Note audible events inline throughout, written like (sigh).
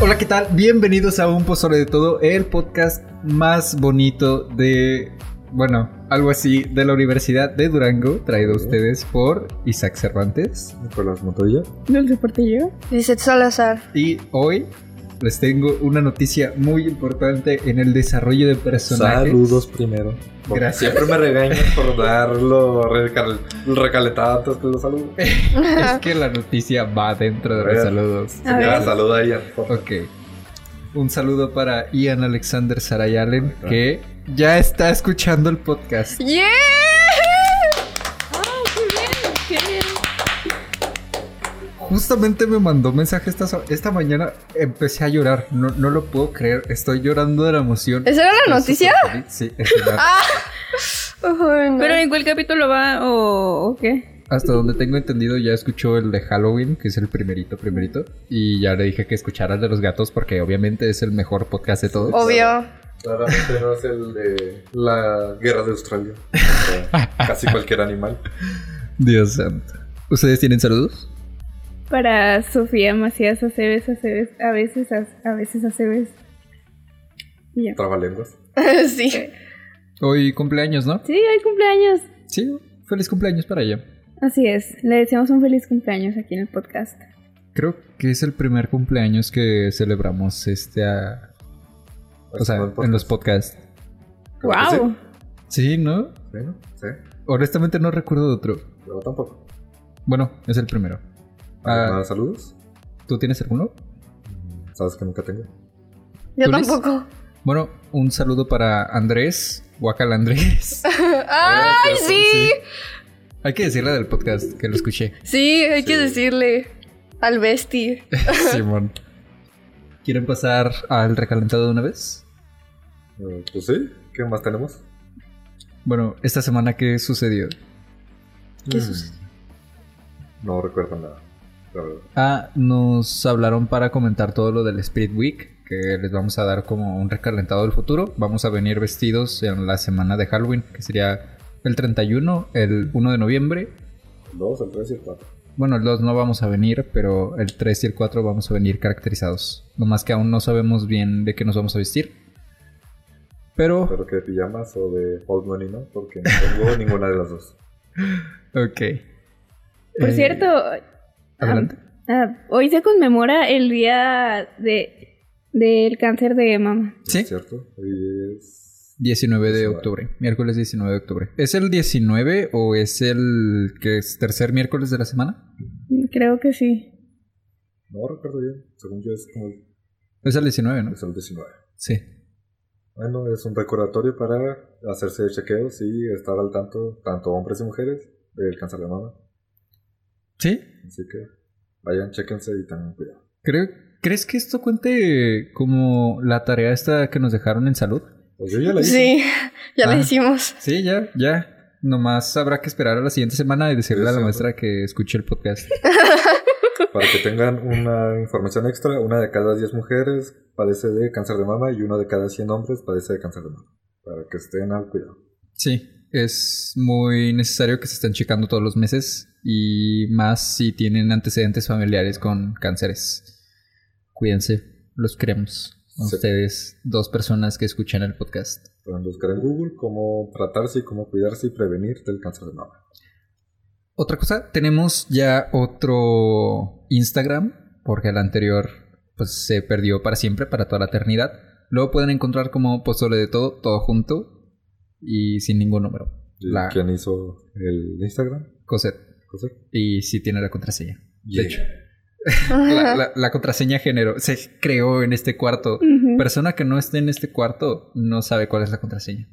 Hola, ¿qué tal? Bienvenidos a Un Pozole de Todo, el podcast más bonito de, bueno, algo así, de la Universidad de Durango, traído a ustedes por Isaac Cervantes. Nicolás Montoya. Dulce Portillo. Lizeth Salazar. Y hoy les tengo una noticia muy importante en el desarrollo de personajes. Saludos primero. Porque Gracias. Siempre me regañas por darlo recal recaletado antes que lo saludo. Es que la noticia va dentro de los Oigan. saludos. A Ya, ver. saluda ahí. al- Ok. Un saludo para Ian Alexander Sarayalen, que ya está escuchando el podcast. ¡Yeah! Ah, Justamente me mandó mensaje esta, esta mañana. Empecé a llorar. No, no lo puedo creer. Estoy llorando de la emoción. ¿Esa era la Estoy noticia? Ah. súper feliz. Sí, es (laughs) verdad. Ay, no. ¿Pero en cuál capítulo va o, o qué? Hasta donde tengo entendido, ya escuchó el de Halloween, que es el primerito, primerito. Y ya le dije que escuchara el de los gatos, porque obviamente es el mejor podcast de todos. Obvio. Claramente no es el de la guerra de Australia. (laughs) Casi cualquier animal. Dios santo. ¿Ustedes tienen saludos? Para Sofía Macías Aceves, Aceves, a veces, a, a veces Aceves. Y ya. Trabalenguas. (laughs) sí. Hoy cumpleaños, ¿no? Sí, hay cumpleaños. Sí, feliz cumpleaños para ella. Así es, le deseamos un feliz cumpleaños aquí en el podcast. Creo que es el primer cumpleaños que celebramos este ah, o sea, Haciendo Pues el en los podcast. podcasts. Claro que ¡Wow! Sí, ¿no? Bueno, sí. Honestamente no recuerdo de otro. Yo tampoco. Bueno, es el primero. Ah. Nada, saludos. ¿Tú tienes alguno? Sabes que nunca tengo. Yo ¿Tú, Liz? tampoco. (laughs) Bueno, un saludo para Andrés, Guacal Andrés. Ah, ¡Ay, sí, sí! Hay que decirle del podcast que lo escuché. Sí, hay que Sí. decirle al bestie. Simón. ¿Quieren pasar al recalentado de una vez? Eh, Pues sí. ¿Qué más tenemos? Bueno, esta semana qué sucedió? ¿Qué Mm, sucedió? No recuerdo nada. La verdad. Ah, nos hablaron para comentar todo lo del Spirit Week, que les vamos a dar como un recalentado del futuro. Vamos a venir vestidos en la semana de Halloween, que sería el 31, el 1 de noviembre. El 2, el 3 y el 4. Bueno, el 2 no vamos a venir, pero el 3 y el 4 vamos a venir caracterizados. Nomás que aún no sabemos bien de qué nos vamos a vestir. Pero, Pero que de pijamas o de old money, ¿no? Porque no tengo ninguna de las dos. ok. Por Eh, cierto, Adelante. ah, hoy se conmemora el día de del cáncer de mama. Sí. ¿Es ¿Cierto? Hoy es 19 de 19. octubre, miércoles 19 de octubre. ¿Es el 19 o es el que es tercer miércoles de la semana? Creo que sí. No recuerdo bien. Según yo es como el- Es el 19, ¿no? es el 19. Sí. Bueno, es un recordatorio para hacerse chequeos y estar al tanto, tanto hombres y mujeres, del cáncer de mama. ¿Sí? Así que vayan, chéquense y tengan cuidado. Creo, ¿Crees que esto cuente como la tarea esta que nos dejaron en salud? Pues yo ya la hice. Sí, (laughs) ya Ah. lo hicimos. Sí, ya, ya. Nomás habrá que esperar a la siguiente semana y decirle a la Exacto. maestra que escuche el podcast. Para que tengan una información extra, una de cada 10 mujeres padece de cáncer de mama y una de cada 100 hombres padece de cáncer de mama. Para que estén al cuidado. Sí, es muy necesario que se estén checando todos los meses y más si tienen antecedentes familiares con cánceres. Cuídense, los queremos. A Sí. Ustedes, dos personas que escuchan el podcast. Pueden buscar en Google cómo tratarse y cómo cuidarse y prevenir del cáncer de mama. Otra cosa, tenemos ya otro Instagram, porque el anterior pues, se perdió para siempre, para toda la eternidad. Lo pueden encontrar como Pozole de Todo, todo junto y sin ningún número. ¿Y La ¿Quién hizo el Instagram? Cosette. José. Y sí tiene la contraseña. Yeah. De hecho, la, la- la contraseña género se creó en este cuarto. Ujú. Persona que no esté en este cuarto no sabe cuál es la contraseña.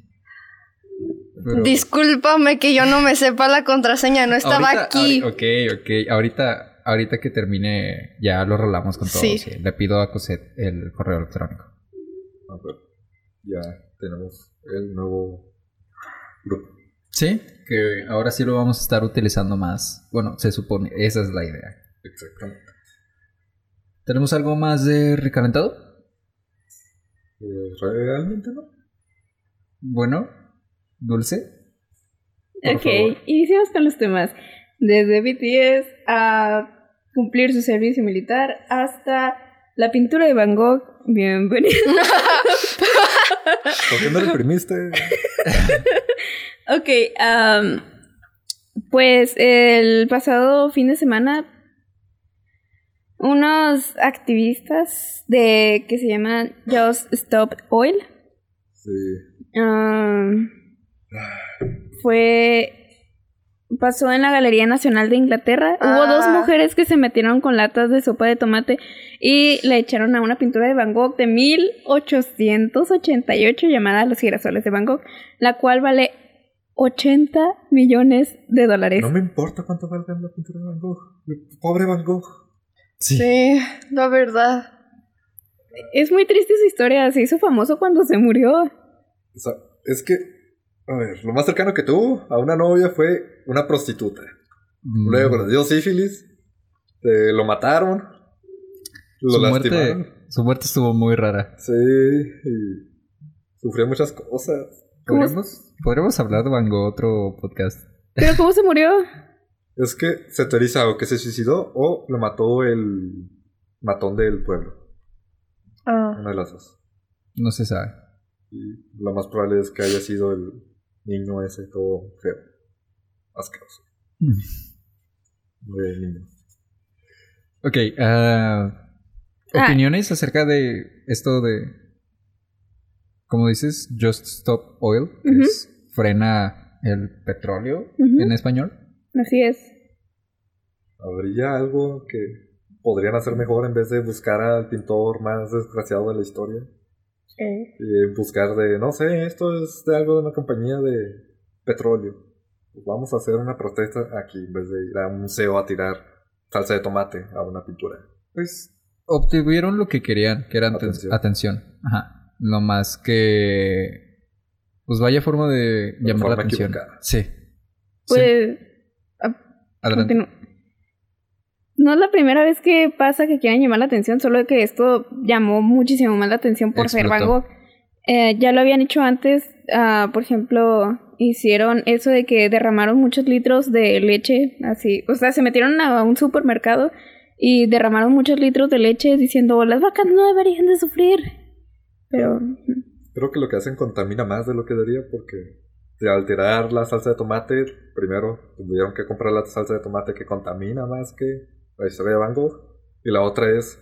Pero- Discúlpame que yo no me sepa la contraseña, no estaba Ahorita- aquí. ahori- ok, ok. Ahorita, ahorita que termine, ya lo rolamos con todo. Sí. sí. Le pido a Cosette el correo electrónico. A ver, Ah, ya tenemos el nuevo grupo. Sí, que ahora sí lo vamos a estar utilizando más. Bueno, se supone, esa es la idea. Exactamente. ¿Tenemos algo más de recalentado? Eh, Realmente no. Bueno, dulce. por Ok, favor. iniciamos con los temas. Desde BTS a cumplir su servicio militar hasta La pintura de Van Gogh, bienvenida. (laughs) ¿Por qué me reprimiste? Ok, am, pues el pasado fin de semana unos activistas de que se llaman Just Stop Oil Sí. am, Ah, fue pasó en la Galería Nacional de Inglaterra. Hubo dos Ah. mujeres que se metieron con latas de sopa de tomate y le echaron a una pintura de Van Gogh de 1888 llamada Los girasoles de Van Gogh, la cual vale 80 millones de dólares. No me importa cuánto valga la pintura de Van Gogh. Pobre Van Gogh. Sí. Sí, la verdad. Es muy triste su historia, se hizo famoso cuando se murió. O sea, es que, a ver, lo más cercano que tuvo a una novia fue una prostituta. Mm, Luego le dio sífilis, eh, lo mataron, lo su, lastimaron. muerte, su muerte estuvo muy rara. Sí, y sufrió muchas cosas. ¿Cómo ¿Podríamos, podríamos hablar de Van Gogh otro podcast. ¿Pero cómo se murió? Es que se teoriza o que se suicidó o lo mató el matón del pueblo. Ah. Una de las dos. No se sabe. Y lo más probable es que haya sido el niño ese todo feo. Asqueroso. Mm. De niño. Ok, ah, opiniones acerca de esto de, como dices, Just Stop Oil, que Ujú. es frena el petróleo Ujú. en español. Así es. ¿Habría algo que podrían hacer mejor en vez de buscar al pintor más desgraciado de la historia? Y eh, buscar de, no sé, esto es de algo de una compañía de petróleo. Pues Vamos a hacer una protesta aquí en vez de ir a un museo a tirar salsa de tomate a una pintura. Pues obtuvieron lo que querían, que era aten- atención. Atención. Ajá. No más que, pues vaya forma de llamar forma la atención. equivocada. Sí. Sí, Pues adelante. Continúa. No es la primera vez que pasa que quieren llamar la atención, solo que esto llamó muchísimo más la atención por ser Van Explotó. Gogh. Eh, ya lo habían hecho antes, ah, por ejemplo, hicieron eso de que derramaron muchos litros de leche, así, o sea, se metieron a un supermercado y derramaron muchos litros de leche diciendo, las vacas no deberían de sufrir. Pero Creo que lo que hacen contamina más de lo que debería porque de alterar la salsa de tomate, primero tuvieron que comprar la salsa de tomate que contamina más que la historia de Van Gogh. Y la otra es,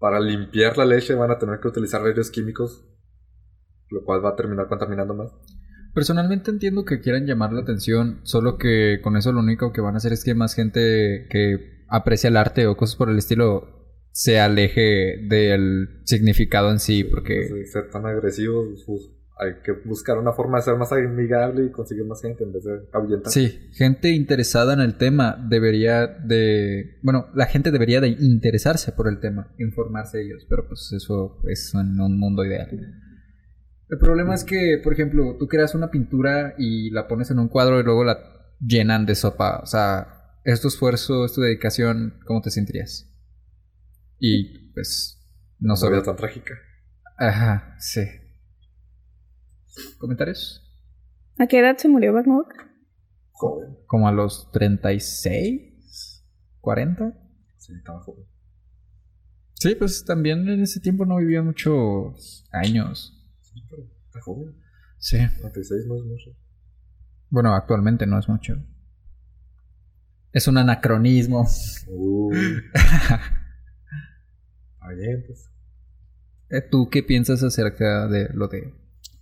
para limpiar la leche van a tener que utilizar varios químicos, lo cual va a terminar contaminando más. Personalmente entiendo que quieran llamar la atención, solo que con eso lo único que van a hacer es que más gente que aprecia el arte o cosas por el estilo se aleje del significado en sí, porque Entonces, ser tan agresivos, pues, hay que buscar una forma de ser más amigable y conseguir más gente en vez de ahuyentar. sí, gente interesada en el tema debería de, bueno, la gente debería de interesarse por el tema, informarse ellos, pero pues eso es en un mundo ideal. El problema es que, por ejemplo, tú creas una pintura y la pones en un cuadro y luego la llenan de sopa. O sea, es tu esfuerzo, es tu dedicación, ¿cómo te sentirías? Y pues, no No sería sabía. tan trágica. Ajá, sí. ¿Comentarios? ¿a qué edad se murió Van Gogh? Joven. Como a los 36, 40. Sí, estaba joven. Sí, pues también en ese tiempo no vivía muchos años. Sí, pero está joven. Sí. 36 no es (laughs) mucho. Bueno, actualmente no es mucho. Es un anacronismo. Uy. Está bien, pues. Eh, ¿Tú qué piensas acerca de lo de...?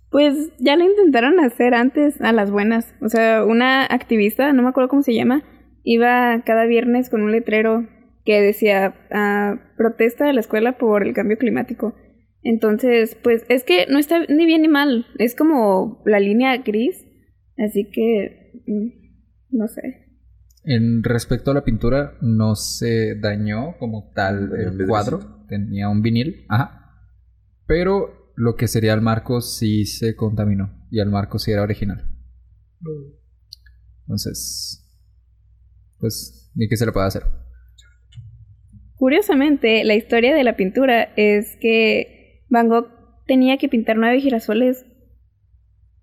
Pues ya lo intentaron hacer antes a las buenas. O sea, una activista, no me acuerdo cómo se llama, iba cada viernes con un letrero que decía ah, protesta de la escuela por el cambio climático. Entonces, pues es que no está ni bien ni mal. Es como la línea gris. Así que, mm, no sé. En respecto a la pintura, no se dañó como tal Tenía un el vidriecito. cuadro. Tenía un vinil, ajá. Pero lo que sería el marco sí se contaminó. Y el marco sí era original. Entonces, pues, ni qué se le puede hacer. Curiosamente, la historia de la pintura es que Van Gogh tenía que pintar nueve girasoles,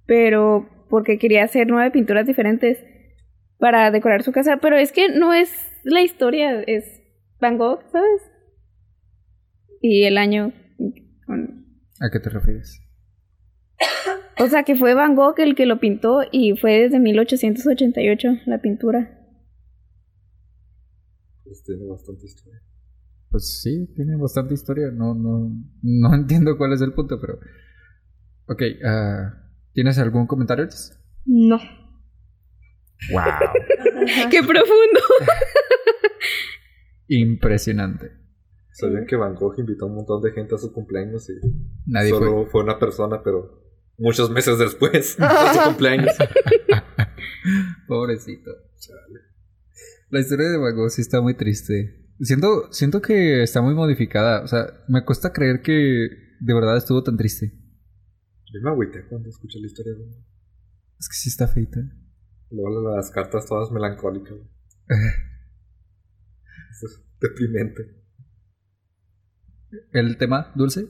pero porque quería hacer nueve pinturas diferentes para decorar su casa. Pero es que no es la historia, es Van Gogh, ¿sabes? y el año. con- ¿A qué te refieres? O sea, que fue Van Gogh el que lo pintó y fue desde 1888 la pintura. Pues tiene bastante historia. Pues sí, tiene bastante historia. No, no, no (laughs) entiendo cuál es el punto, pero. Ok, ah, ¿tienes algún comentario? Jess? No. ¡Wow! ¡Qué profundo! Impresionante. Sabían que Van Gogh invitó a un montón de gente a su cumpleaños y Nadie solo fue. una persona, pero muchos (laughs) meses después de su cumpleaños. fue. Pobrecito. La historia de Van Gogh sí está muy triste. Siento, siento que está muy modificada. O sea, me cuesta creer que de verdad estuvo tan triste. Yo me agüité cuando escuché la historia. güey. Es que sí está feita. Luego las cartas todas melancólicas. güey. Es deprimente. (laughs) ¿El tema dulce?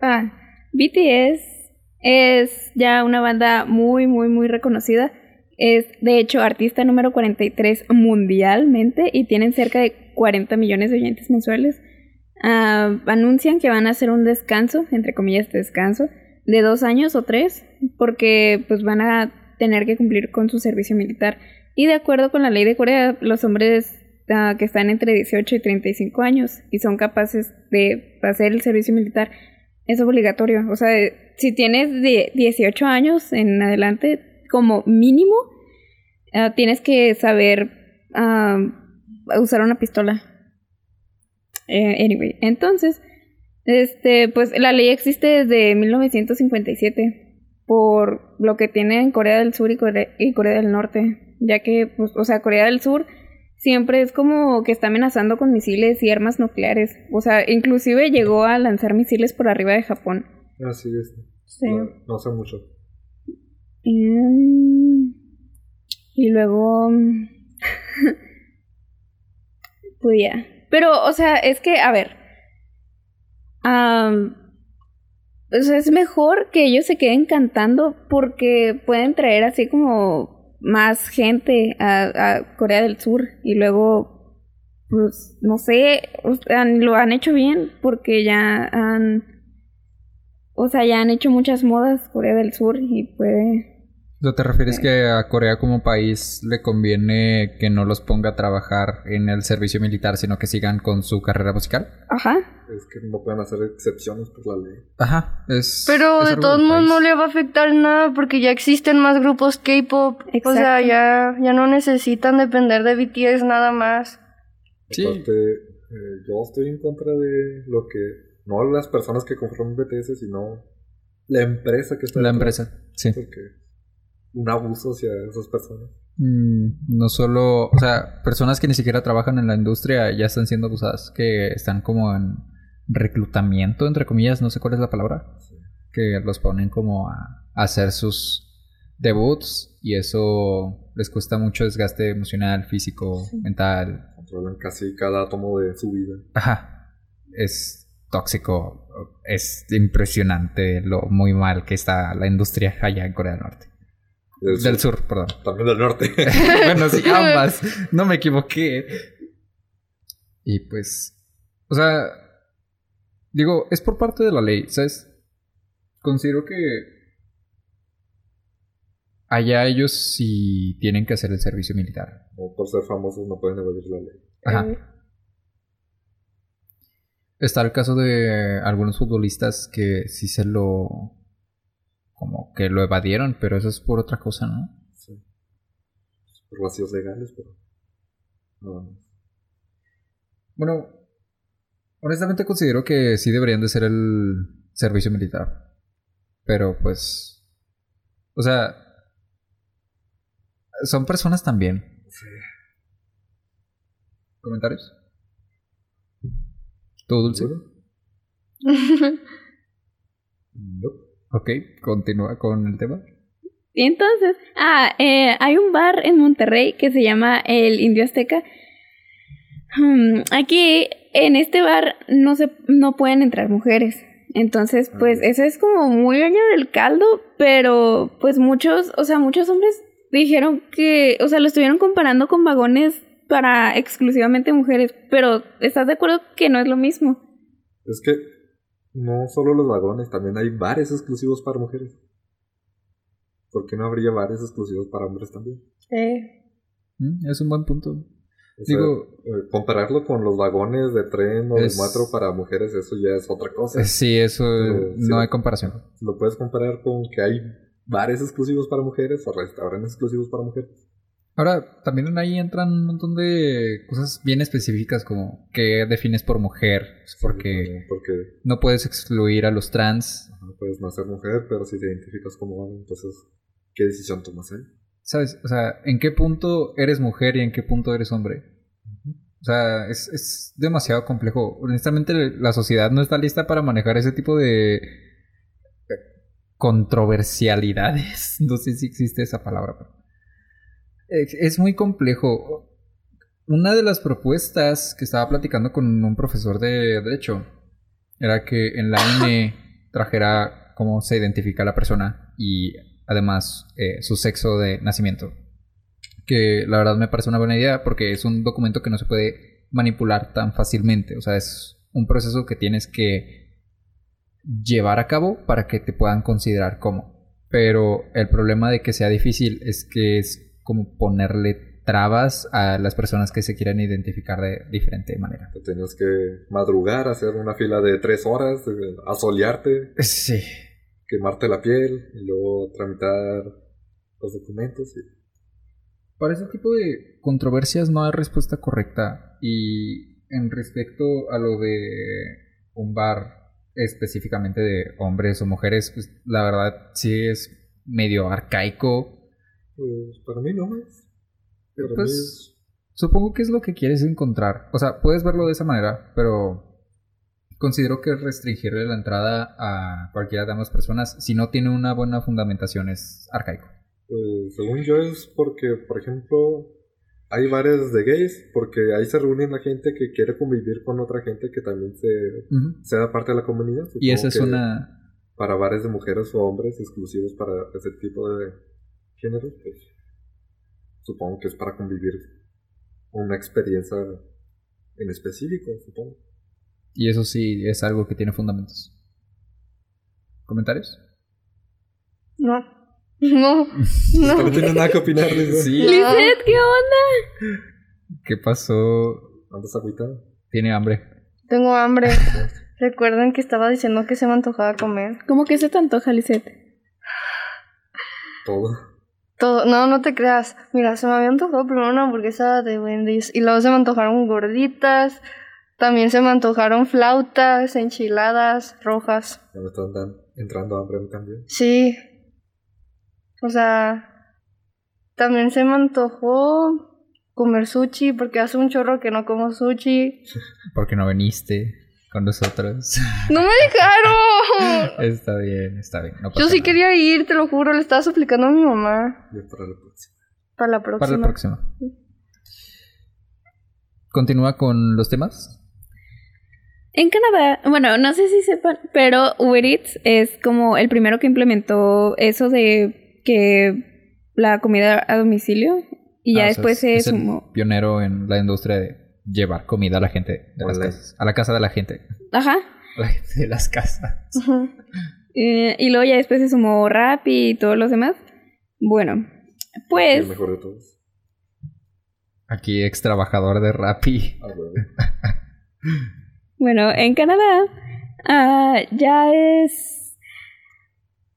Ah, BTS es ya una banda muy, muy, muy reconocida. Es, de hecho, artista número 43 mundialmente y tienen cerca de 40 millones de oyentes mensuales. Ah, anuncian que van a hacer un descanso, entre comillas, descanso, de dos años o tres, porque pues van a tener que cumplir con su servicio militar. Y de acuerdo con la ley de Corea, los hombres ah, que están entre 18 y 35 años y son capaces de hacer el servicio militar es obligatorio. O sea, eh, si tienes de 18 años en adelante, como mínimo, ah, tienes que saber ah, usar una pistola. Eh, anyway, entonces, este, pues la ley existe desde 1957 por lo que tiene en Corea del Sur y Core- y Corea, del Norte, ya que, pues, o sea, Corea del Sur siempre es como que está amenazando con misiles y armas nucleares, o sea, inclusive llegó a lanzar misiles por arriba de Japón. Así Ah, es. Sí. No, no sé mucho. Mm, Y luego. (laughs) mm, pues ya. Pero, o sea, es que, a ver. am, o sea, es mejor que ellos se queden cantando porque pueden traer así como más gente a, a Corea del Sur y luego, pues, no sé, o sea, lo han hecho bien porque ya han, o sea, ya han hecho muchas modas Corea del Sur y puede, ¿No te refieres que a Corea como país le conviene que no los ponga a trabajar en el servicio militar, sino que sigan con su carrera musical? ajá. Es que no pueden hacer excepciones por la ley. Ajá, es. Pero es de algo todos del modos no país. le va a afectar nada porque ya existen más grupos K-pop. O sea, Exacto. ya, ya no necesitan depender de BTS nada más. Sí. Aparte, eh, yo estoy en contra de lo que. No las personas que conforman BTS, sino la empresa que está. La detrás. empresa, sí. Porque un abuso hacia esas personas. Mm, no solo. O sea, personas que ni siquiera trabajan en la industria ya están siendo abusadas, que están como en reclutamiento, entre comillas, no sé cuál es la palabra, que los ponen como a hacer sus debuts y eso les cuesta mucho desgaste emocional, físico, mental, Controlan casi cada átomo de su vida. Ajá. Es tóxico. Es impresionante lo muy mal que está la industria allá en Corea del Norte. Del, Del sur. sur, perdón. También del norte. (laughs) bueno, sí, ambas. No me equivoqué. Y pues. O sea. Digo, es por parte de la ley, ¿sabes? Considero que. Allá ellos sí tienen que hacer el servicio militar. No, por ser famosos no pueden evadir la ley. Ajá. Eh, Está el caso de algunos futbolistas que sí se lo. como que lo evadieron, pero eso es por otra cosa, ¿no? Sí. Por vacíos legales, pero. No, no. Bueno, honestamente considero que sí deberían de ser el servicio militar. Pero pues. O sea. Son personas también. Sí. ¿Comentarios? ¿Todo dulce? ¿Seguro? No. Ok, continúa con el tema. Y entonces, ah, eh, hay un bar en Monterrey que se llama El Indio Azteca. Hmm, aquí, en este bar, no, se, no pueden entrar mujeres. Entonces, pues, eso es como muy año del caldo, pero pues muchos, o sea, muchos hombres dijeron que, o sea, lo estuvieron comparando con vagones para exclusivamente mujeres, pero ¿estás de acuerdo que no es lo mismo? Es que no solo los vagones, también hay bares exclusivos para mujeres. ¿Por qué no habría bares exclusivos para hombres también? Eh, Mm, Es un buen punto. O sea, Digo, eh, compararlo con los vagones de tren o Es- de metro para mujeres, eso ya es otra cosa. eh, sí, eso eh, Pero, sí. no hay comparación. Lo puedes comparar con que hay bares exclusivos para mujeres o restaurantes exclusivos para mujeres. Ahora, también ahí entran un montón de cosas bien específicas como qué defines por mujer, porque Sí, Porque no puedes excluir a los trans, ajá, puedes no ser mujer, pero si te identificas como hombre, entonces, ¿qué decisión tomas ahí? ¿sabes? O sea, ¿en qué punto eres mujer y en qué punto eres hombre? O sea, es, es demasiado complejo. Honestamente, la sociedad no está lista para manejar ese tipo de eh, controversialidades. (laughs) No sé si existe esa palabra. pero- Es, es muy complejo. Una de las propuestas que estaba platicando con un profesor de derecho era que en la (laughs) INE E trajera cómo se identifica la persona y además eh, su sexo de nacimiento. Que la verdad me parece una buena idea porque es un documento que no se puede manipular tan fácilmente. O sea, es un proceso que tienes que llevar a cabo para que te puedan considerar como. Pero el problema de que sea difícil es que es como ponerle trabas a las personas que se quieran identificar de diferente manera. Te tenías que madrugar, hacer una fila de tres horas, eh, asolearte, Sí. quemarte la piel y luego tramitar los documentos. y- Para ese tipo de controversias no hay respuesta correcta. Y en respecto a lo de un bar específicamente de hombres o mujeres, pues la verdad sí es medio arcaico. pues, para mí no más. Para Pues, mí es- Supongo que es lo que quieres encontrar. O sea, puedes verlo de esa manera, pero considero que restringirle la entrada a cualquiera de ambas personas, si no tiene una buena fundamentación, es arcaico. Pues, según yo es porque, por ejemplo, hay bares de gays, porque ahí se reúnen la gente que quiere convivir con otra gente que también se Ujú. sea parte de la comunidad. Y esa Supongo es que una... Para bares de mujeres o hombres exclusivos para ese tipo de género, pues supongo que es para convivir una experiencia en específico, supongo. Y eso sí es algo que tiene fundamentos. ¿Comentarios? No. No. No, No. tiene nada que opinar, sí. Sí. No. ¿qué onda? ¿Qué pasó? Andas agüitado. Tiene hambre. Tengo hambre. Recuerden que estaba diciendo que se me antojaba comer. ¿Cómo que se te antoja, Lisette? Todo. Todo, no, no te creas. Mira, se me había antojado primero una hamburguesa de Wendy's y luego se me antojaron gorditas. También se me antojaron flautas, enchiladas, rojas. Ya me están dan- entrando hambre a mí también. Sí. O sea, también se me antojó comer sushi porque hace un chorro que no como sushi. Porque no viniste con nosotros. (laughs) ¡No me dejaron! está bien, está bien. no Yo pasa sí nada. quería ir, te lo juro, le estaba suplicando a mi mamá Ya para la próxima. para la Para próxima. la próxima. Continúa con los temas. En Canadá, bueno, no sé si sepan, pero Uber Eats es como el primero que implementó eso de que la comida a domicilio y ya Ah, o sea, después es- es se el sumó. pionero en la industria de llevar comida a la gente de las Online. casas. A la casa de la gente. (laughs) Ajá. A la gente de las casas. Ujú. Eh, y luego ya después se sumó Rappi y todos los demás. Bueno, El pues mejor de todos. Aquí, ex trabajador de Rappi. Ah, bueno. Bueno, en Canadá ah, ya es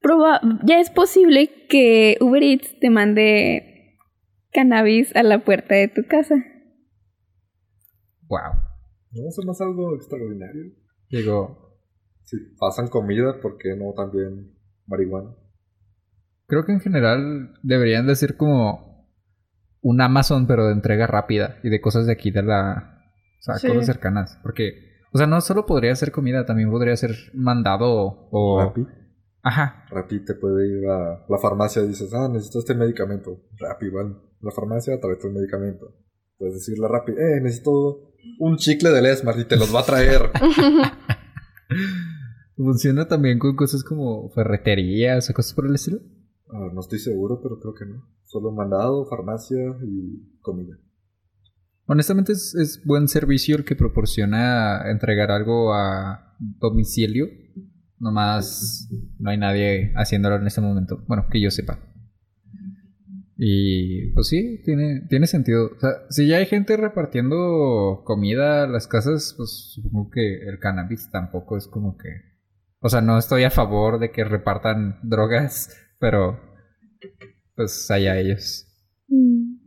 proba- ya es posible que Uber Eats te mande cannabis a la puerta de tu casa. Wow. No, eso no es algo extraordinario. Digo, Si pasan comida, ¿por qué no también marihuana? creo que en general deberían de ser como un Amazon, pero de entrega rápida y de cosas de aquí, de la. O sea, Sí. cosas cercanas. Porque, o sea, no solo podría ser comida, también podría ser mandado o. o- Rappi. Ajá. Rappi te puede ir a la farmacia y dices, ah, necesito este medicamento. Rappi, vale. La farmacia trae tu medicamento. Puedes decirle a Rappi, eh, necesito un chicle de Lesmar y te los va a (laughs) traer. Funciona también con cosas como ferreterías o cosas por el estilo. Ah, no estoy seguro, pero creo que no. Solo mandado, farmacia y comida. Honestamente es, es buen servicio el que proporciona entregar algo a domicilio. Nomás no hay nadie haciéndolo en este momento. Bueno, que yo sepa. Y pues sí, tiene, tiene sentido. O sea, si ya hay gente repartiendo comida a las casas, pues supongo que el cannabis tampoco es como que... O sea, no estoy a favor de que repartan drogas, pero pues allá ellos. Mm.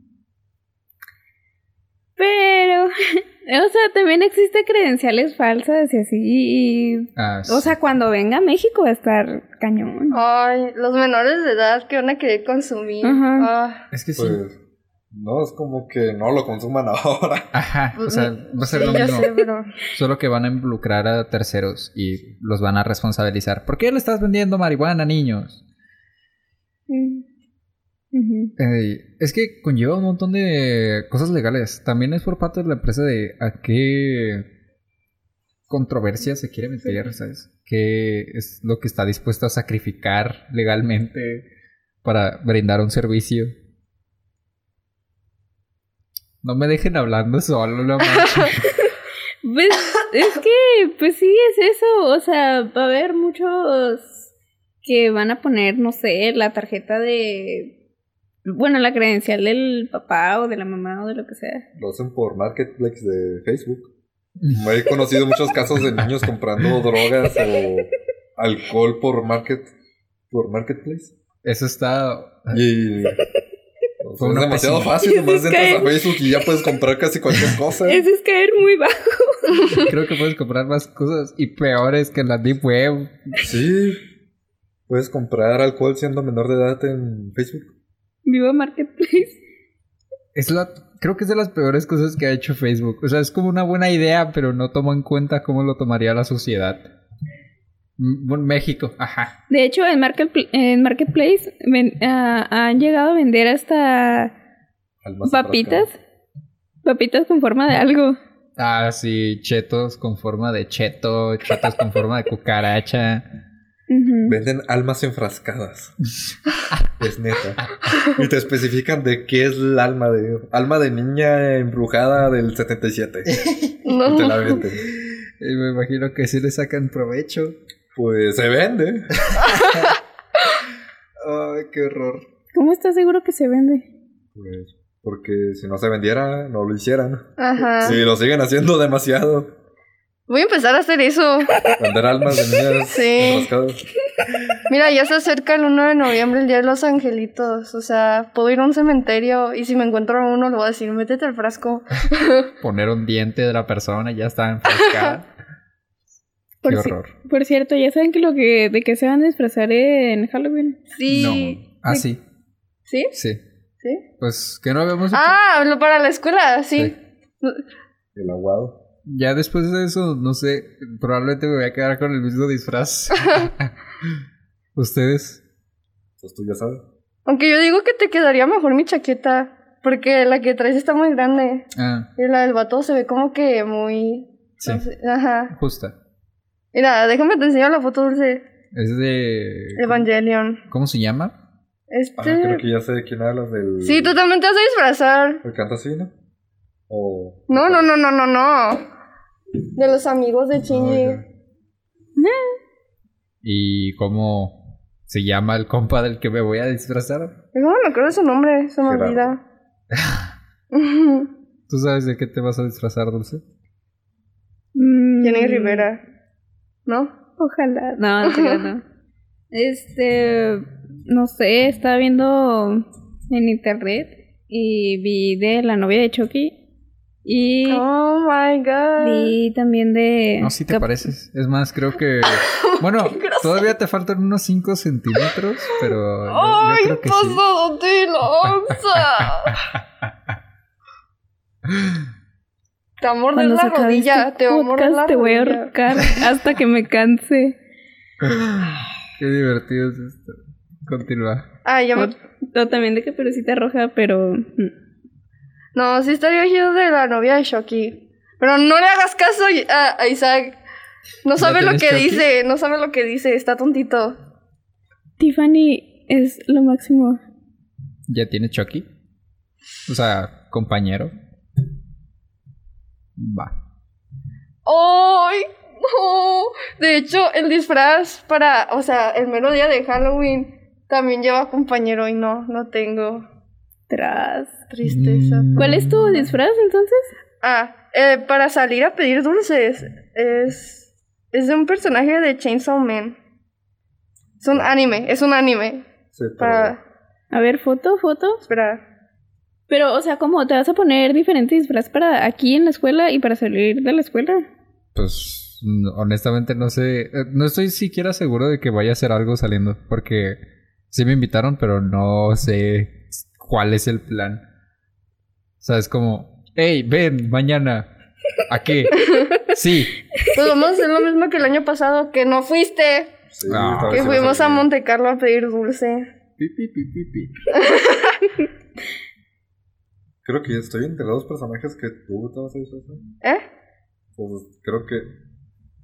Pero, (laughs) o sea, también existe credenciales falsas y así. y- Ah, O sea, cuando venga a México va a estar cañón. (laughs) Oh. Ay, los menores de edad que van a querer consumir. Ah, Ajá. es que sí. Pues, no, es como que no lo consuman (laughs) ahora. Ah, Ajá, o pues, sea, va a ser lo sí, ya mismo. sé, (laughs) pero- Solo que van a involucrar a terceros y los van a responsabilizar. ¿Por qué le estás vendiendo marihuana, niños? Mm. Ujú. Eh, es que conlleva un montón de cosas legales. También es por parte de la empresa de a qué controversia se quiere meter, ¿sabes? ¿Qué es lo que está dispuesto a sacrificar legalmente para brindar un servicio? No me dejen hablando solo, no (laughs) manches. Pues, (laughs) es que, pues sí, es eso. O sea, va a haber muchos que van a poner, no sé, la tarjeta de. Bueno, la credencial del papá o de la mamá o de lo que sea. Lo hacen por Marketplace de Facebook. Me he conocido muchos casos de niños (laughs) comprando drogas o alcohol por market por Marketplace. Eso está... (laughs) Y o sea, Fue una es demasiado pésima. fácil, nomás Es que- entras a Facebook y ya puedes comprar casi cualquier cosa. Eso (laughs) es caer muy bajo. (laughs) (laughs) Creo que puedes comprar más cosas y peores que en la Deep Web. Sí. Puedes comprar alcohol siendo menor de edad en Facebook. Viva Marketplace. Es la, creo que es de las peores cosas que ha hecho Facebook. O sea, es como una buena idea, pero no toma en cuenta cómo lo tomaría la sociedad. M- bueno, México, ajá. De hecho, en, Marketpl- en Marketplace ven- ah, han llegado a vender hasta Almacén papitas. Papitas con forma de algo. Ah, sí, chetos con forma de cheto, chetos con forma de cucaracha. Ujú. Venden almas (laughs) enfrascadas. es neta. Y te especifican de qué es el alma de alma de niña embrujada del 77. No. Y te la (laughs) venden. Y me imagino que sí le sacan provecho. Pues se vende. Ay, qué horror. ¿Cómo estás seguro que se vende? Pues, porque si no se vendiera, no lo hicieran. Ajá. Si lo siguen haciendo demasiado. Voy a empezar a hacer eso. Vender almas de niñas (laughs) Sí. enfrascadas. Mira, ya se acerca el 1 de noviembre, el Día de los Angelitos. O sea, puedo ir a un cementerio y si me encuentro a uno, le voy a decir, métete al frasco. Poner un diente de la persona y ya está (laughs) enfrascada. Por qué si- horror. Por cierto, ya saben que lo que de qué se van a disfrazar en Halloween. Sí. No. Ah, sí, ¿Sí? sí. ¿Sí? Pues que no habíamos... Ah, lo para la escuela, sí. Sí. El aguado. Ya después de eso, no sé, probablemente me voy a quedar con el mismo disfraz. (laughs) ¿Ustedes? Pues tú ya sabes. Aunque yo digo que te quedaría mejor mi chaqueta, porque la que traes está muy grande. Ah, Y la del vato se ve como que muy... sí, no sé, Ajá. justa. Mira, déjame te enseño la foto dulce. Es de... Evangelion. ¿Cómo se llama? Ah, Este... creo que ya sé de quién hablas del. Sí, tú también te vas a disfrazar. ¿El canta así, no? O. No, no, no, no, no, no. De los amigos de Shinji. Ah, ya. ¿Y cómo se llama el compa del que me voy a disfrazar? Pues No, no creo su nombre, se me Gerardo. olvida. (laughs) ¿Tú sabes de qué te vas a disfrazar, Dulce? (laughs) Jenny Jenny Rivera. ¿No? Ojalá. Mm. No, no, te creo, no. Este, no sé, estaba viendo en internet y vi de la novia de Chucky y Oh my god. vi también de... No, sí te Cap- pareces. Es más, creo (laughs) que... Bueno, todavía te faltan unos 5 centímetros, pero yo- yo, ¡Ay, pues creo que sí. pasado (laughs) de lanza! Te va a morder Cuando se la acabe rodilla, este te va a morder podcast, la te voy a rodilla. ahorcar hasta que me canse. Qué divertido es esto. Continúa. Ah, (laughs) ya me... O, o también de Caperucita Roja, pero... mm, No, sí estaría chido de la novia de Shoki. Pero no le hagas caso a a Isaac. No ¿Ya sabe lo tenés que Shoki? dice, no sabe lo que dice, está tontito. Tiffany es lo máximo. ¿Ya tiene Chucky? O sea, compañero. Va. ¡Ay! No, de hecho, el disfraz para, o sea, el mero día de Halloween también lleva compañero y no, no tengo. Tras. Tristeza. Mm. ¿Cuál es tu disfraz entonces? Ah, eh, para salir a pedir dulces. Es, es de un personaje de Chainsaw Man. Es un anime, es un anime. Sí, pero Para, A ver, foto, foto. espera. Pero, o sea, ¿cómo te vas a poner diferente disfraz para aquí en la escuela y para salir de la escuela? Pues no- honestamente no sé, eh, no estoy siquiera seguro de que vaya a ser algo saliendo, porque sí me invitaron, pero no sé cuál es el plan. O sea, es como, hey, ven mañana, ¿a (laughs) qué? sí, Pues vamos a hacer lo mismo que el año pasado, que no fuiste. sí, Ah, esta vez Que sí va fuimos a salir. Monte Carlo a pedir dulce. Pi, pi, pi, pi, pi. Creo que estoy entre los personajes que tú te vas a disfrazar. ¿Eh? Pues creo que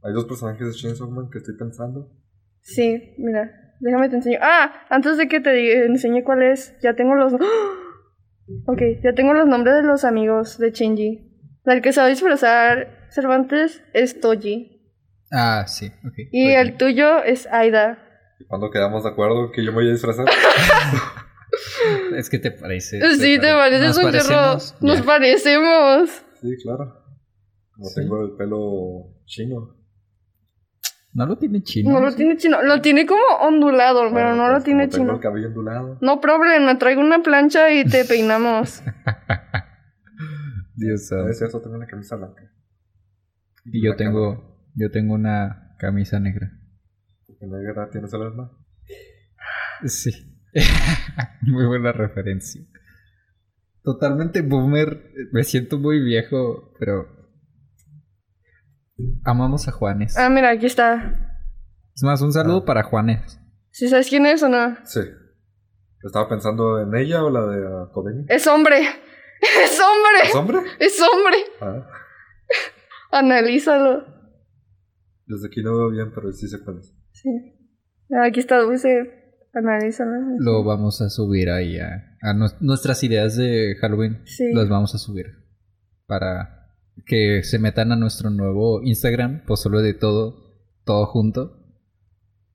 hay dos personajes de Chainsaw Man que estoy pensando. Sí, mira. Déjame te enseño. Ah, antes de que te di- enseñe cuál es, ya tengo los. (gasps) Ok, ya tengo los nombres de los amigos de Shinji. El que se va a disfrazar Cervantes es Toji. Ah, sí, ok. Y Ok. el tuyo es Aida. Y cuando quedamos de acuerdo que yo me voy a disfrazar. (laughs) Es que te parece. Sí, te pare- pareces nos un chorro. parecemos, Nos ya. parecemos. Sí, claro. Como Sí. tengo el pelo chino. No lo tiene chino. No lo sí. tiene chino. Lo tiene como ondulado, Pues, pero no lo tiene Tengo chino. el cabello ondulado. No problema, traigo una plancha y (laughs) te peinamos. Dios No santo. es cierto, tengo una camisa blanca. Y yo Una tengo, yo tengo una camisa negra. Porque no hay guerra, tienes el alma. Sí. (laughs) muy buena referencia. Totalmente boomer. Me siento muy viejo, pero. Amamos a Juanes. Ah, mira, aquí está. Es más, un saludo Ah. para Juanes. ¿Sí sabes quién es o no? Sí. Estaba pensando en ella o la de Codeni. Es hombre. (laughs) Es hombre. ¿Es (laughs) hombre? Es hombre. Ah, Analízalo. desde aquí no veo bien, pero sí sé cuál es. Sí. Aquí está dulce. Analízalo. Lo vamos a subir ahí a, a nues- nuestras ideas de Halloween. Sí. Las vamos a subir. Para que se metan a nuestro nuevo Instagram, pues solo de todo, todo junto.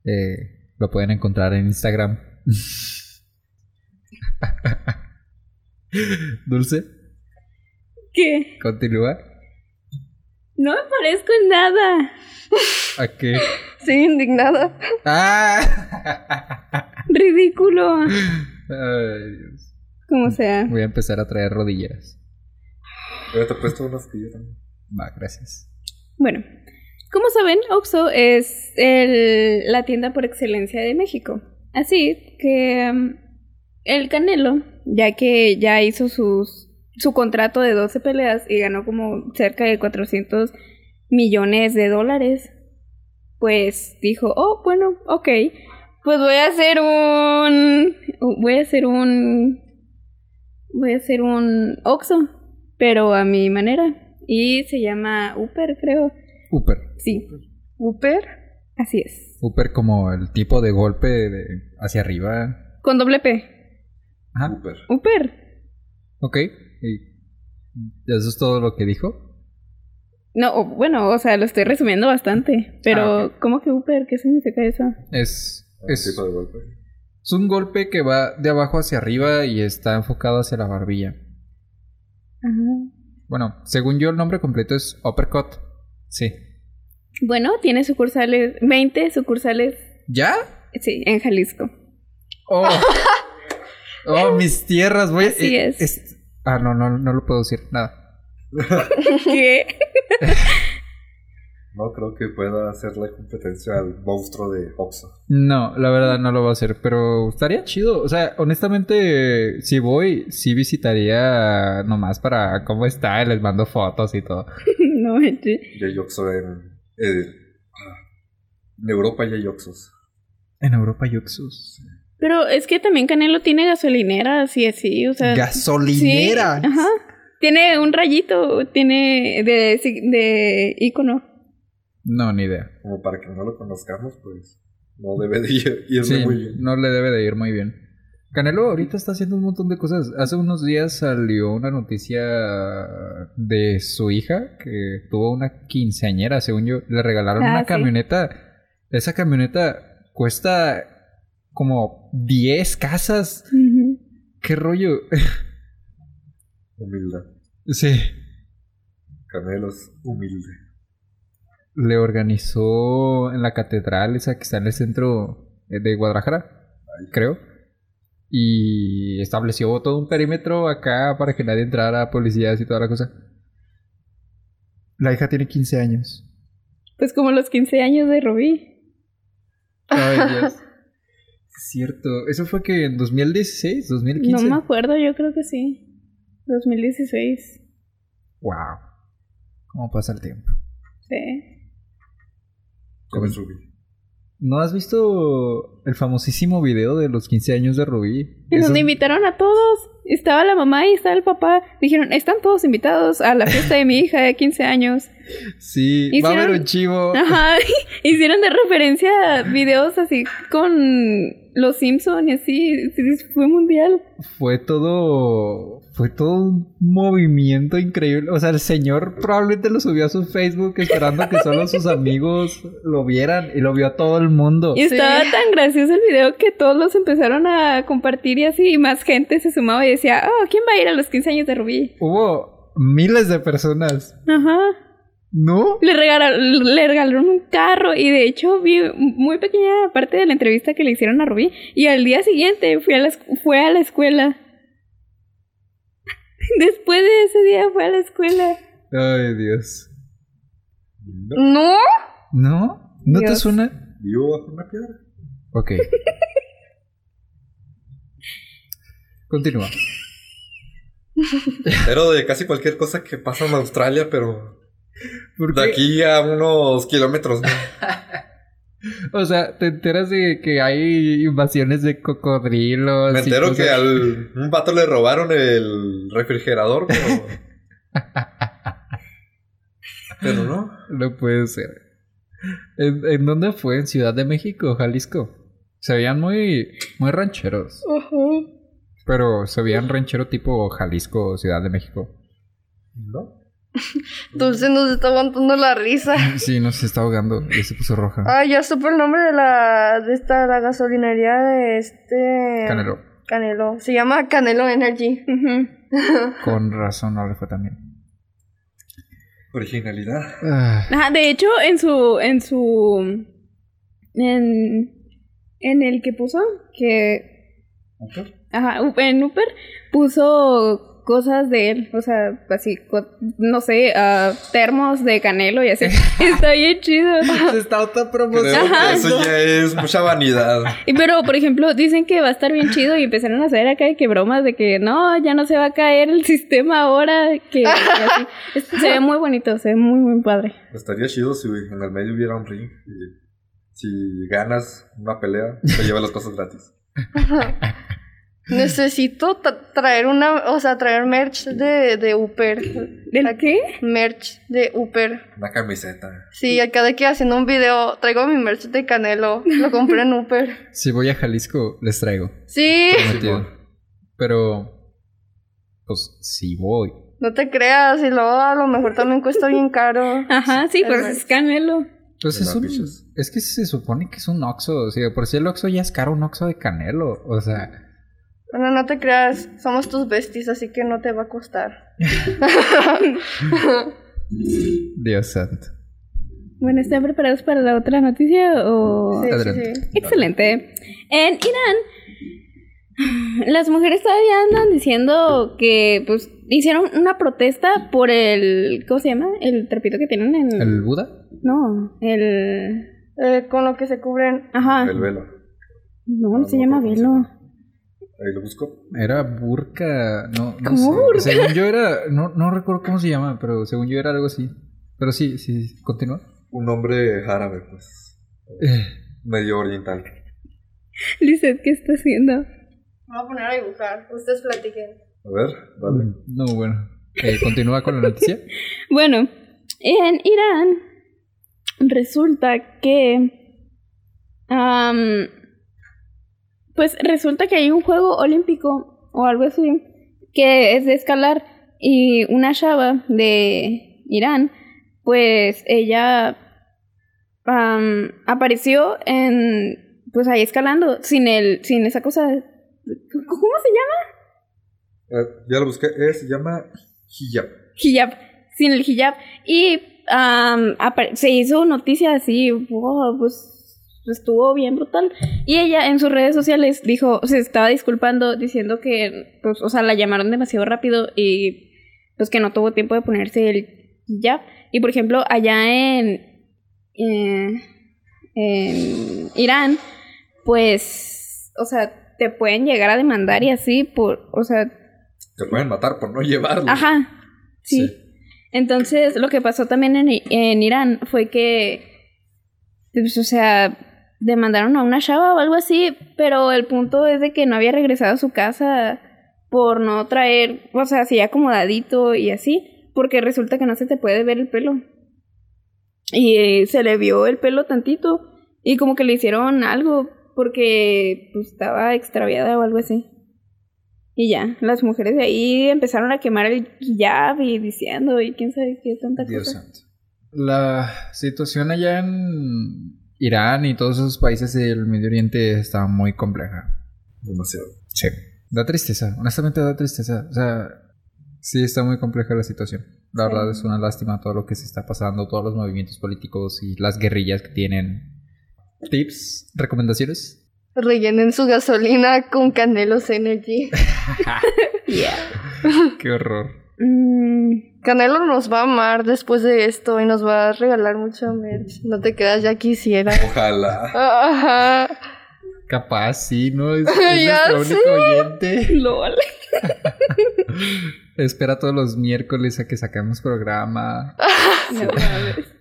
Eh, lo pueden encontrar en Instagram. (laughs) Dulce, ¿Qué? continúa. No me parezco en nada. ¿A qué? Sí, indignada. ¡Ah! (laughs) Ridículo. Ay, Dios. Como sea. Voy a empezar a traer rodilleras. Yo te presto unas que yo tengo. Va, gracias. Bueno, como saben, Oxxo es el- la tienda por excelencia de México. Así que mm, el Canelo, ya que ya hizo sus, su contrato de 12 peleas y ganó como cerca de 400 millones de dólares, pues dijo, oh, bueno, ok, pues voy a hacer un... Voy a hacer un... Voy a hacer un Oxxo, pero a mi manera. Y se llama Uper, creo. Uper. Sí, Uper. así es. Uper como el tipo de golpe de- hacia arriba. Con doble P. Ah. Ajá. Uber. Uper. Ok. y eso es todo lo que dijo. No, o- bueno, o sea, lo estoy resumiendo bastante. Pero, Ah, ¿cómo que Uper? ¿Qué significa eso? Es, Es es, tipo de golpe. es un golpe que va de abajo hacia arriba y está enfocado hacia la barbilla. Ajá. Bueno, según yo el nombre completo es Uppercut. Sí. Bueno, tiene sucursales, 20 sucursales, ¿Ya? sí, en Jalisco. (laughs) Oh. oh, mis tierras, voy. a- Así eh, es. Ah, no, no, no lo puedo decir, nada. ¿Qué? (laughs) No creo que pueda hacerle competencia al monstruo de Oxo. No, la verdad no lo voy a hacer, pero estaría chido. O sea, honestamente, si voy, sí visitaría nomás para cómo está, les mando fotos y todo. no, manches. Y hay Oxo en. eh, en Europa ya hay Oxos. En Europa, Yuxus. Pero es que también Canelo tiene gasolineras y así, o sea. Gasolinera. Sí, ajá. Tiene un rayito, tiene de, de ícono. No, ni idea. Como para que no lo conozcamos, pues. No debe de ir, (laughs) irle Sí, muy bien. no le debe de ir muy bien. Canelo ahorita está haciendo un montón de cosas. Hace unos días salió una noticia de su hija que tuvo una quinceañera, según yo. Le regalaron Ah, una sí. camioneta. Esa camioneta cuesta como 10 casas. Ujú. ¿Qué rollo? (laughs) Humildad. sí. Canelo es humilde. Le organizó en la catedral esa que está en el centro eh, de Guadalajara, creo. Y estableció todo un perímetro acá para que nadie entrara, policías y toda la cosa. La hija tiene 15 años. Pues como los 15 años de Rubí. Ay, (laughs) Dios. Cierto. Eso fue que en 2016, 2015. No me acuerdo, yo creo que sí. 2016. Wow. ¿Cómo pasa el tiempo? Sí. Con el Rubí. ¿No has visto el famosísimo video de los 15 años de Rubí? En Esos- donde invitaron a todos. Estaba la mamá y estaba el papá. Dijeron, están todos invitados a la fiesta de mi hija de 15 años. Sí, va a haber Hicieron- un chivo. Ajá, (laughs) hicieron de referencia videos así con los Simpson y así, sí, fue mundial. fue todo fue todo un movimiento increíble o sea el señor probablemente lo subió a su Facebook esperando que solo (laughs) sus amigos lo vieran y lo vio a todo el mundo Y estaba Sí. tan gracioso el video que todos los empezaron a compartir y así y más gente se sumaba y decía, oh, ¿quién va a ir a los 15 años de Rubí? hubo miles de personas Ajá. no Le regalaron, le regalaron un carro y de hecho vi muy pequeña parte de la entrevista que le hicieron a Rubí y al día siguiente fui a la, esc- fue a la escuela. (laughs) Después de ese día fue a la escuela. ay dios No. ¿No? no no te Dios. suena Vivo bajo una piedra. ok continúa Pero de casi cualquier cosa que pasa en Australia, pero ¿Por de qué? aquí a unos kilómetros. ¿no? o sea te enteras de que hay invasiones de cocodrilos Me y entero cosas- que al un vato le robaron el refrigerador, pero. pero no. No puede ser. ¿En, en dónde fue? ¿En Ciudad de México, Jalisco? Se veían muy, muy rancheros. Ujú. Pero se veían ranchero tipo Jalisco o Ciudad de México. No. Dulce nos está aguantando la risa. Sí, no se está ahogando. Ya se puso roja. Ah, ya supe el nombre de la de esta la gasolinería de este Canelo. Canelo. Se llama Canelo Energy. (laughs) Ujú. Con razón no le fue tan bien. Originalidad. Ah, Ajá, de hecho, en su. En su. En. En el que puso. Que. Ajá, Up- en Upper. Puso cosas de él. O sea, así. co- No sé. ah, termos de canelo y así. Está bien chido. (laughs) se está Pues, Creo autopromocionando. que eso ya es mucha vanidad. Y pero, por ejemplo, dicen que va a estar bien chido y empezaron a hacer acá de que bromas de que no, ya no se va a caer el sistema ahora. Que, que así. Es- Se ve muy bonito, se ve muy, muy padre. Estaría chido si en el medio hubiera un ring. Y si ganas una pelea, te llevas las cosas gratis. Necesito tra- traer una, o sea, traer merch de, de Uper. ¿Del qué? Merch de Uper. Una camiseta. Sí, acá de que haciendo un video traigo mi merch de Canelo. Lo compré en Uper. Si voy a Jalisco, les traigo. Sí, Prometido. Simón. Pero. Pues sí voy. no te creas. Y luego a lo mejor también cuesta bien caro. Ajá, sí, pues Hermanos. es canelo. Pues De es, un- lápices. es que se supone que es un oxo. O sea, por si el oxo ya es caro, un oxo de canelo. O sea, Bueno, no te creas. Somos tus besties, así que no te va a costar. Dios santo. Bueno, ¿están preparados para la otra noticia o...? Sí, sí, Adelante. sí. Excelente. En Irán, las mujeres todavía andan diciendo que, pues, hicieron una protesta por el... ¿Cómo se llama? El trapito que tienen en... ¿El Buda? No, el... Eh, con lo que se cubren. Ajá. El velo. No, no Ah. se No, llama no, no, velo. Ahí lo busco. Era burka. No, no ¿Cómo sé. burka? Según yo era. No, no recuerdo cómo se llama, pero según yo era algo así. Pero sí, sí, sí. continúa. Un hombre árabe, pues. Eh, Medio oriental. (laughs) Lizeth, ¿qué está haciendo? Me voy a poner a dibujar. Ustedes platiquen. A ver, dale. No, bueno. Eh, continúa con la (laughs) noticia. Bueno, en Irán resulta que am, Pues resulta que hay un juego olímpico o algo así que es de escalar y una chava de Irán, pues ella um, apareció en, pues ahí escalando sin el, sin esa cosa, ¿cómo se llama? Eh, ya lo busqué, eh, se llama Hijab. Hijab, sin el hijab y um, apar- se hizo noticia así, wow, pues estuvo bien brutal. Y ella en sus redes sociales dijo, se estaba disculpando diciendo que, pues, o sea, la llamaron demasiado rápido y pues que no tuvo tiempo de ponerse el ya. Y por ejemplo, allá en, eh, en Irán, pues, o sea, te pueden llegar a demandar y así por, o sea, Te pueden matar por no llevarlo. ajá, sí. Sí. Entonces, lo que pasó también en, I- en Irán fue que, pues, o sea, demandaron a una chava o algo así, pero el punto es de que no había regresado a su casa por no traer, o sea, así acomodadito y así, porque resulta que no se te puede ver el pelo. Y eh, se le vio el pelo tantito y como que le hicieron algo porque pues, estaba extraviada o algo así. Y ya, las mujeres de ahí empezaron a quemar el hijab y diciendo, y quién sabe qué tanta Dios cosa. santo. La situación allá en Irán y todos esos países del Medio Oriente está muy compleja. Demasiado. Sí. Da tristeza, honestamente da tristeza. O sea, sí está muy compleja la situación. La Sí. verdad es una lástima todo lo que se está pasando, todos los movimientos políticos y las guerrillas que tienen. ¿Tips? ¿Recomendaciones? Rellenen su gasolina con Canelos Energy. Yeah. Qué horror. Mm, Canelo nos va a amar después de esto y nos va a regalar mucho merch. No te quedas, ya quisiera. Ojalá. Ajá. Capaz, sí, ¿no? Es, es Ya nuestro sé. único oyente. lol. Espera todos los miércoles a que sacamos programa. No mames.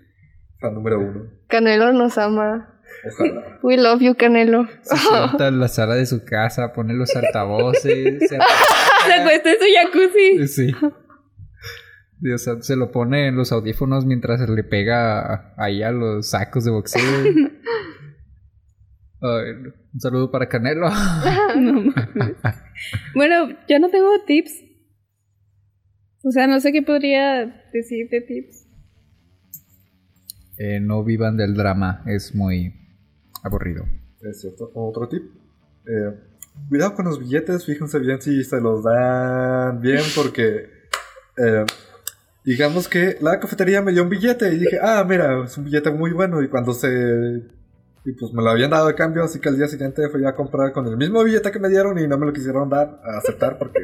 Fan número uno. Canelo nos ama. Ojalá. We love you, Canelo. Se sienta en la sala de su casa, pone los altavoces. se Se acuesta en su jacuzzi. (laughs) Sí. Dios santo, se lo pone en los audífonos mientras le pega ahí a los sacos de (laughs) boxeo. Ay, no. un saludo para Canelo. (laughs) (laughs) No mames. Bueno, yo no tengo tips. O sea, no sé qué podría decir de tips. Eh, no vivan del drama, es muy aburrido. Es cierto. Otro tip. Eh, cuidado con los billetes. Fíjense bien si se los dan bien porque... eh, digamos que la cafetería me dio un billete y dije, ah, mira, es un billete muy bueno. Y cuando se... Y pues me lo habían dado de cambio, así que al día siguiente fui a comprar con el mismo billete que me dieron y no me lo quisieron dar a aceptar porque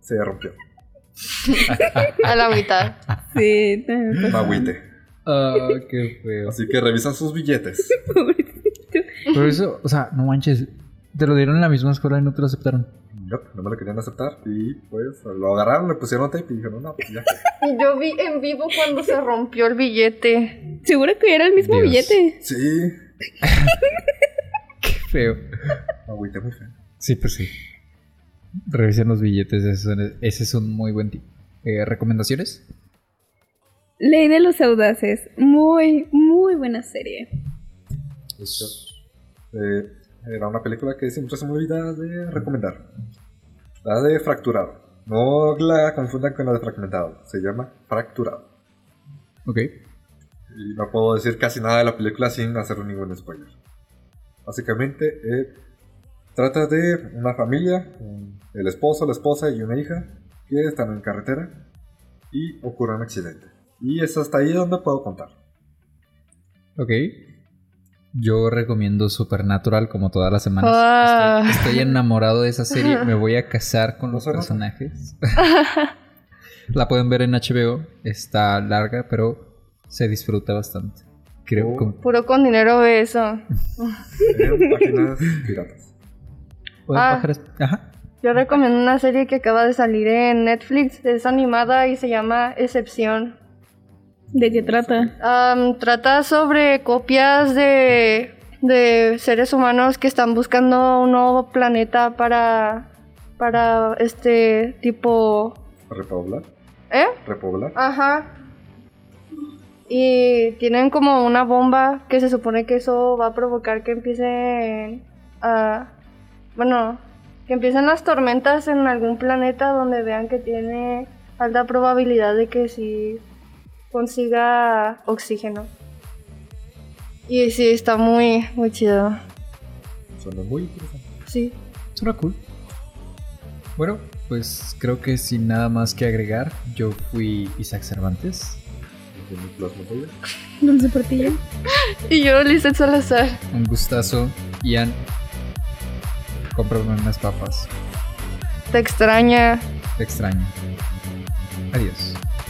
se rompió. A la mitad. Sí, también pasa. Mahuite. Ah, qué feo. Así que revisan sus billetes. Pobrecito. Pero eso, o sea, no manches. Te lo dieron en la misma escuela y no te lo aceptaron. No, no me lo querían aceptar. Y pues lo agarraron, le pusieron tape y dijeron, no, pues ya. Y yo vi en vivo cuando se rompió el billete. Seguro que era el mismo Dios. billete. Sí. Qué feo. Agüita muy fea. Sí, pues sí. Revisen los billetes, eso- ese es un muy buen tip. Eh, ¿Recomendaciones? Ley de los audaces. Muy, muy buena serie. Eh, era una película que siempre se me olvida de recomendar. La de Fracturado. No la confundan con la de Fragmentado. Se llama Fracturado. Ok. Y no puedo decir casi nada de la película sin hacer ningún spoiler. Básicamente, eh, trata de una familia, un- el esposo, la esposa y una hija, que están en carretera y ocurre un accidente. Y es hasta ahí donde puedo contar. Ok. Yo recomiendo Supernatural como todas las semanas. Ah. Estoy, estoy enamorado de esa serie. Me voy a casar con los Ojalá. (laughs) personajes. La pueden ver en HBO. Está larga, pero se disfruta bastante. Creo Oh. con- Puro con dinero de eso. En páginas piratas. Pueden Ah. bajar es- Ajá. Yo recomiendo una serie que acaba de salir en Netflix. Es animada y se llama Excepción. ¿De qué trata? Am, trata sobre copias de, de seres humanos que están buscando un nuevo planeta para, para este tipo... Repoblar, ¿Eh? repoblar. Ajá. Y tienen como una bomba que se supone que eso va a provocar que empiecen a... Bueno, que empiecen las tormentas en algún planeta donde vean que tiene alta probabilidad de que sí consiga oxígeno. Y sí, está muy, muy chido. Suena muy interesante. Sí. Suena cool. Bueno, pues creo que sin nada más que agregar, yo fui Isaac Cervantes. Tiene plasmofobia. Dulce Portillo. Y yo, Lizeth Salazar. Un gustazo. Ian, cómprame unas papas. Te extraña. Te extraño. Adiós.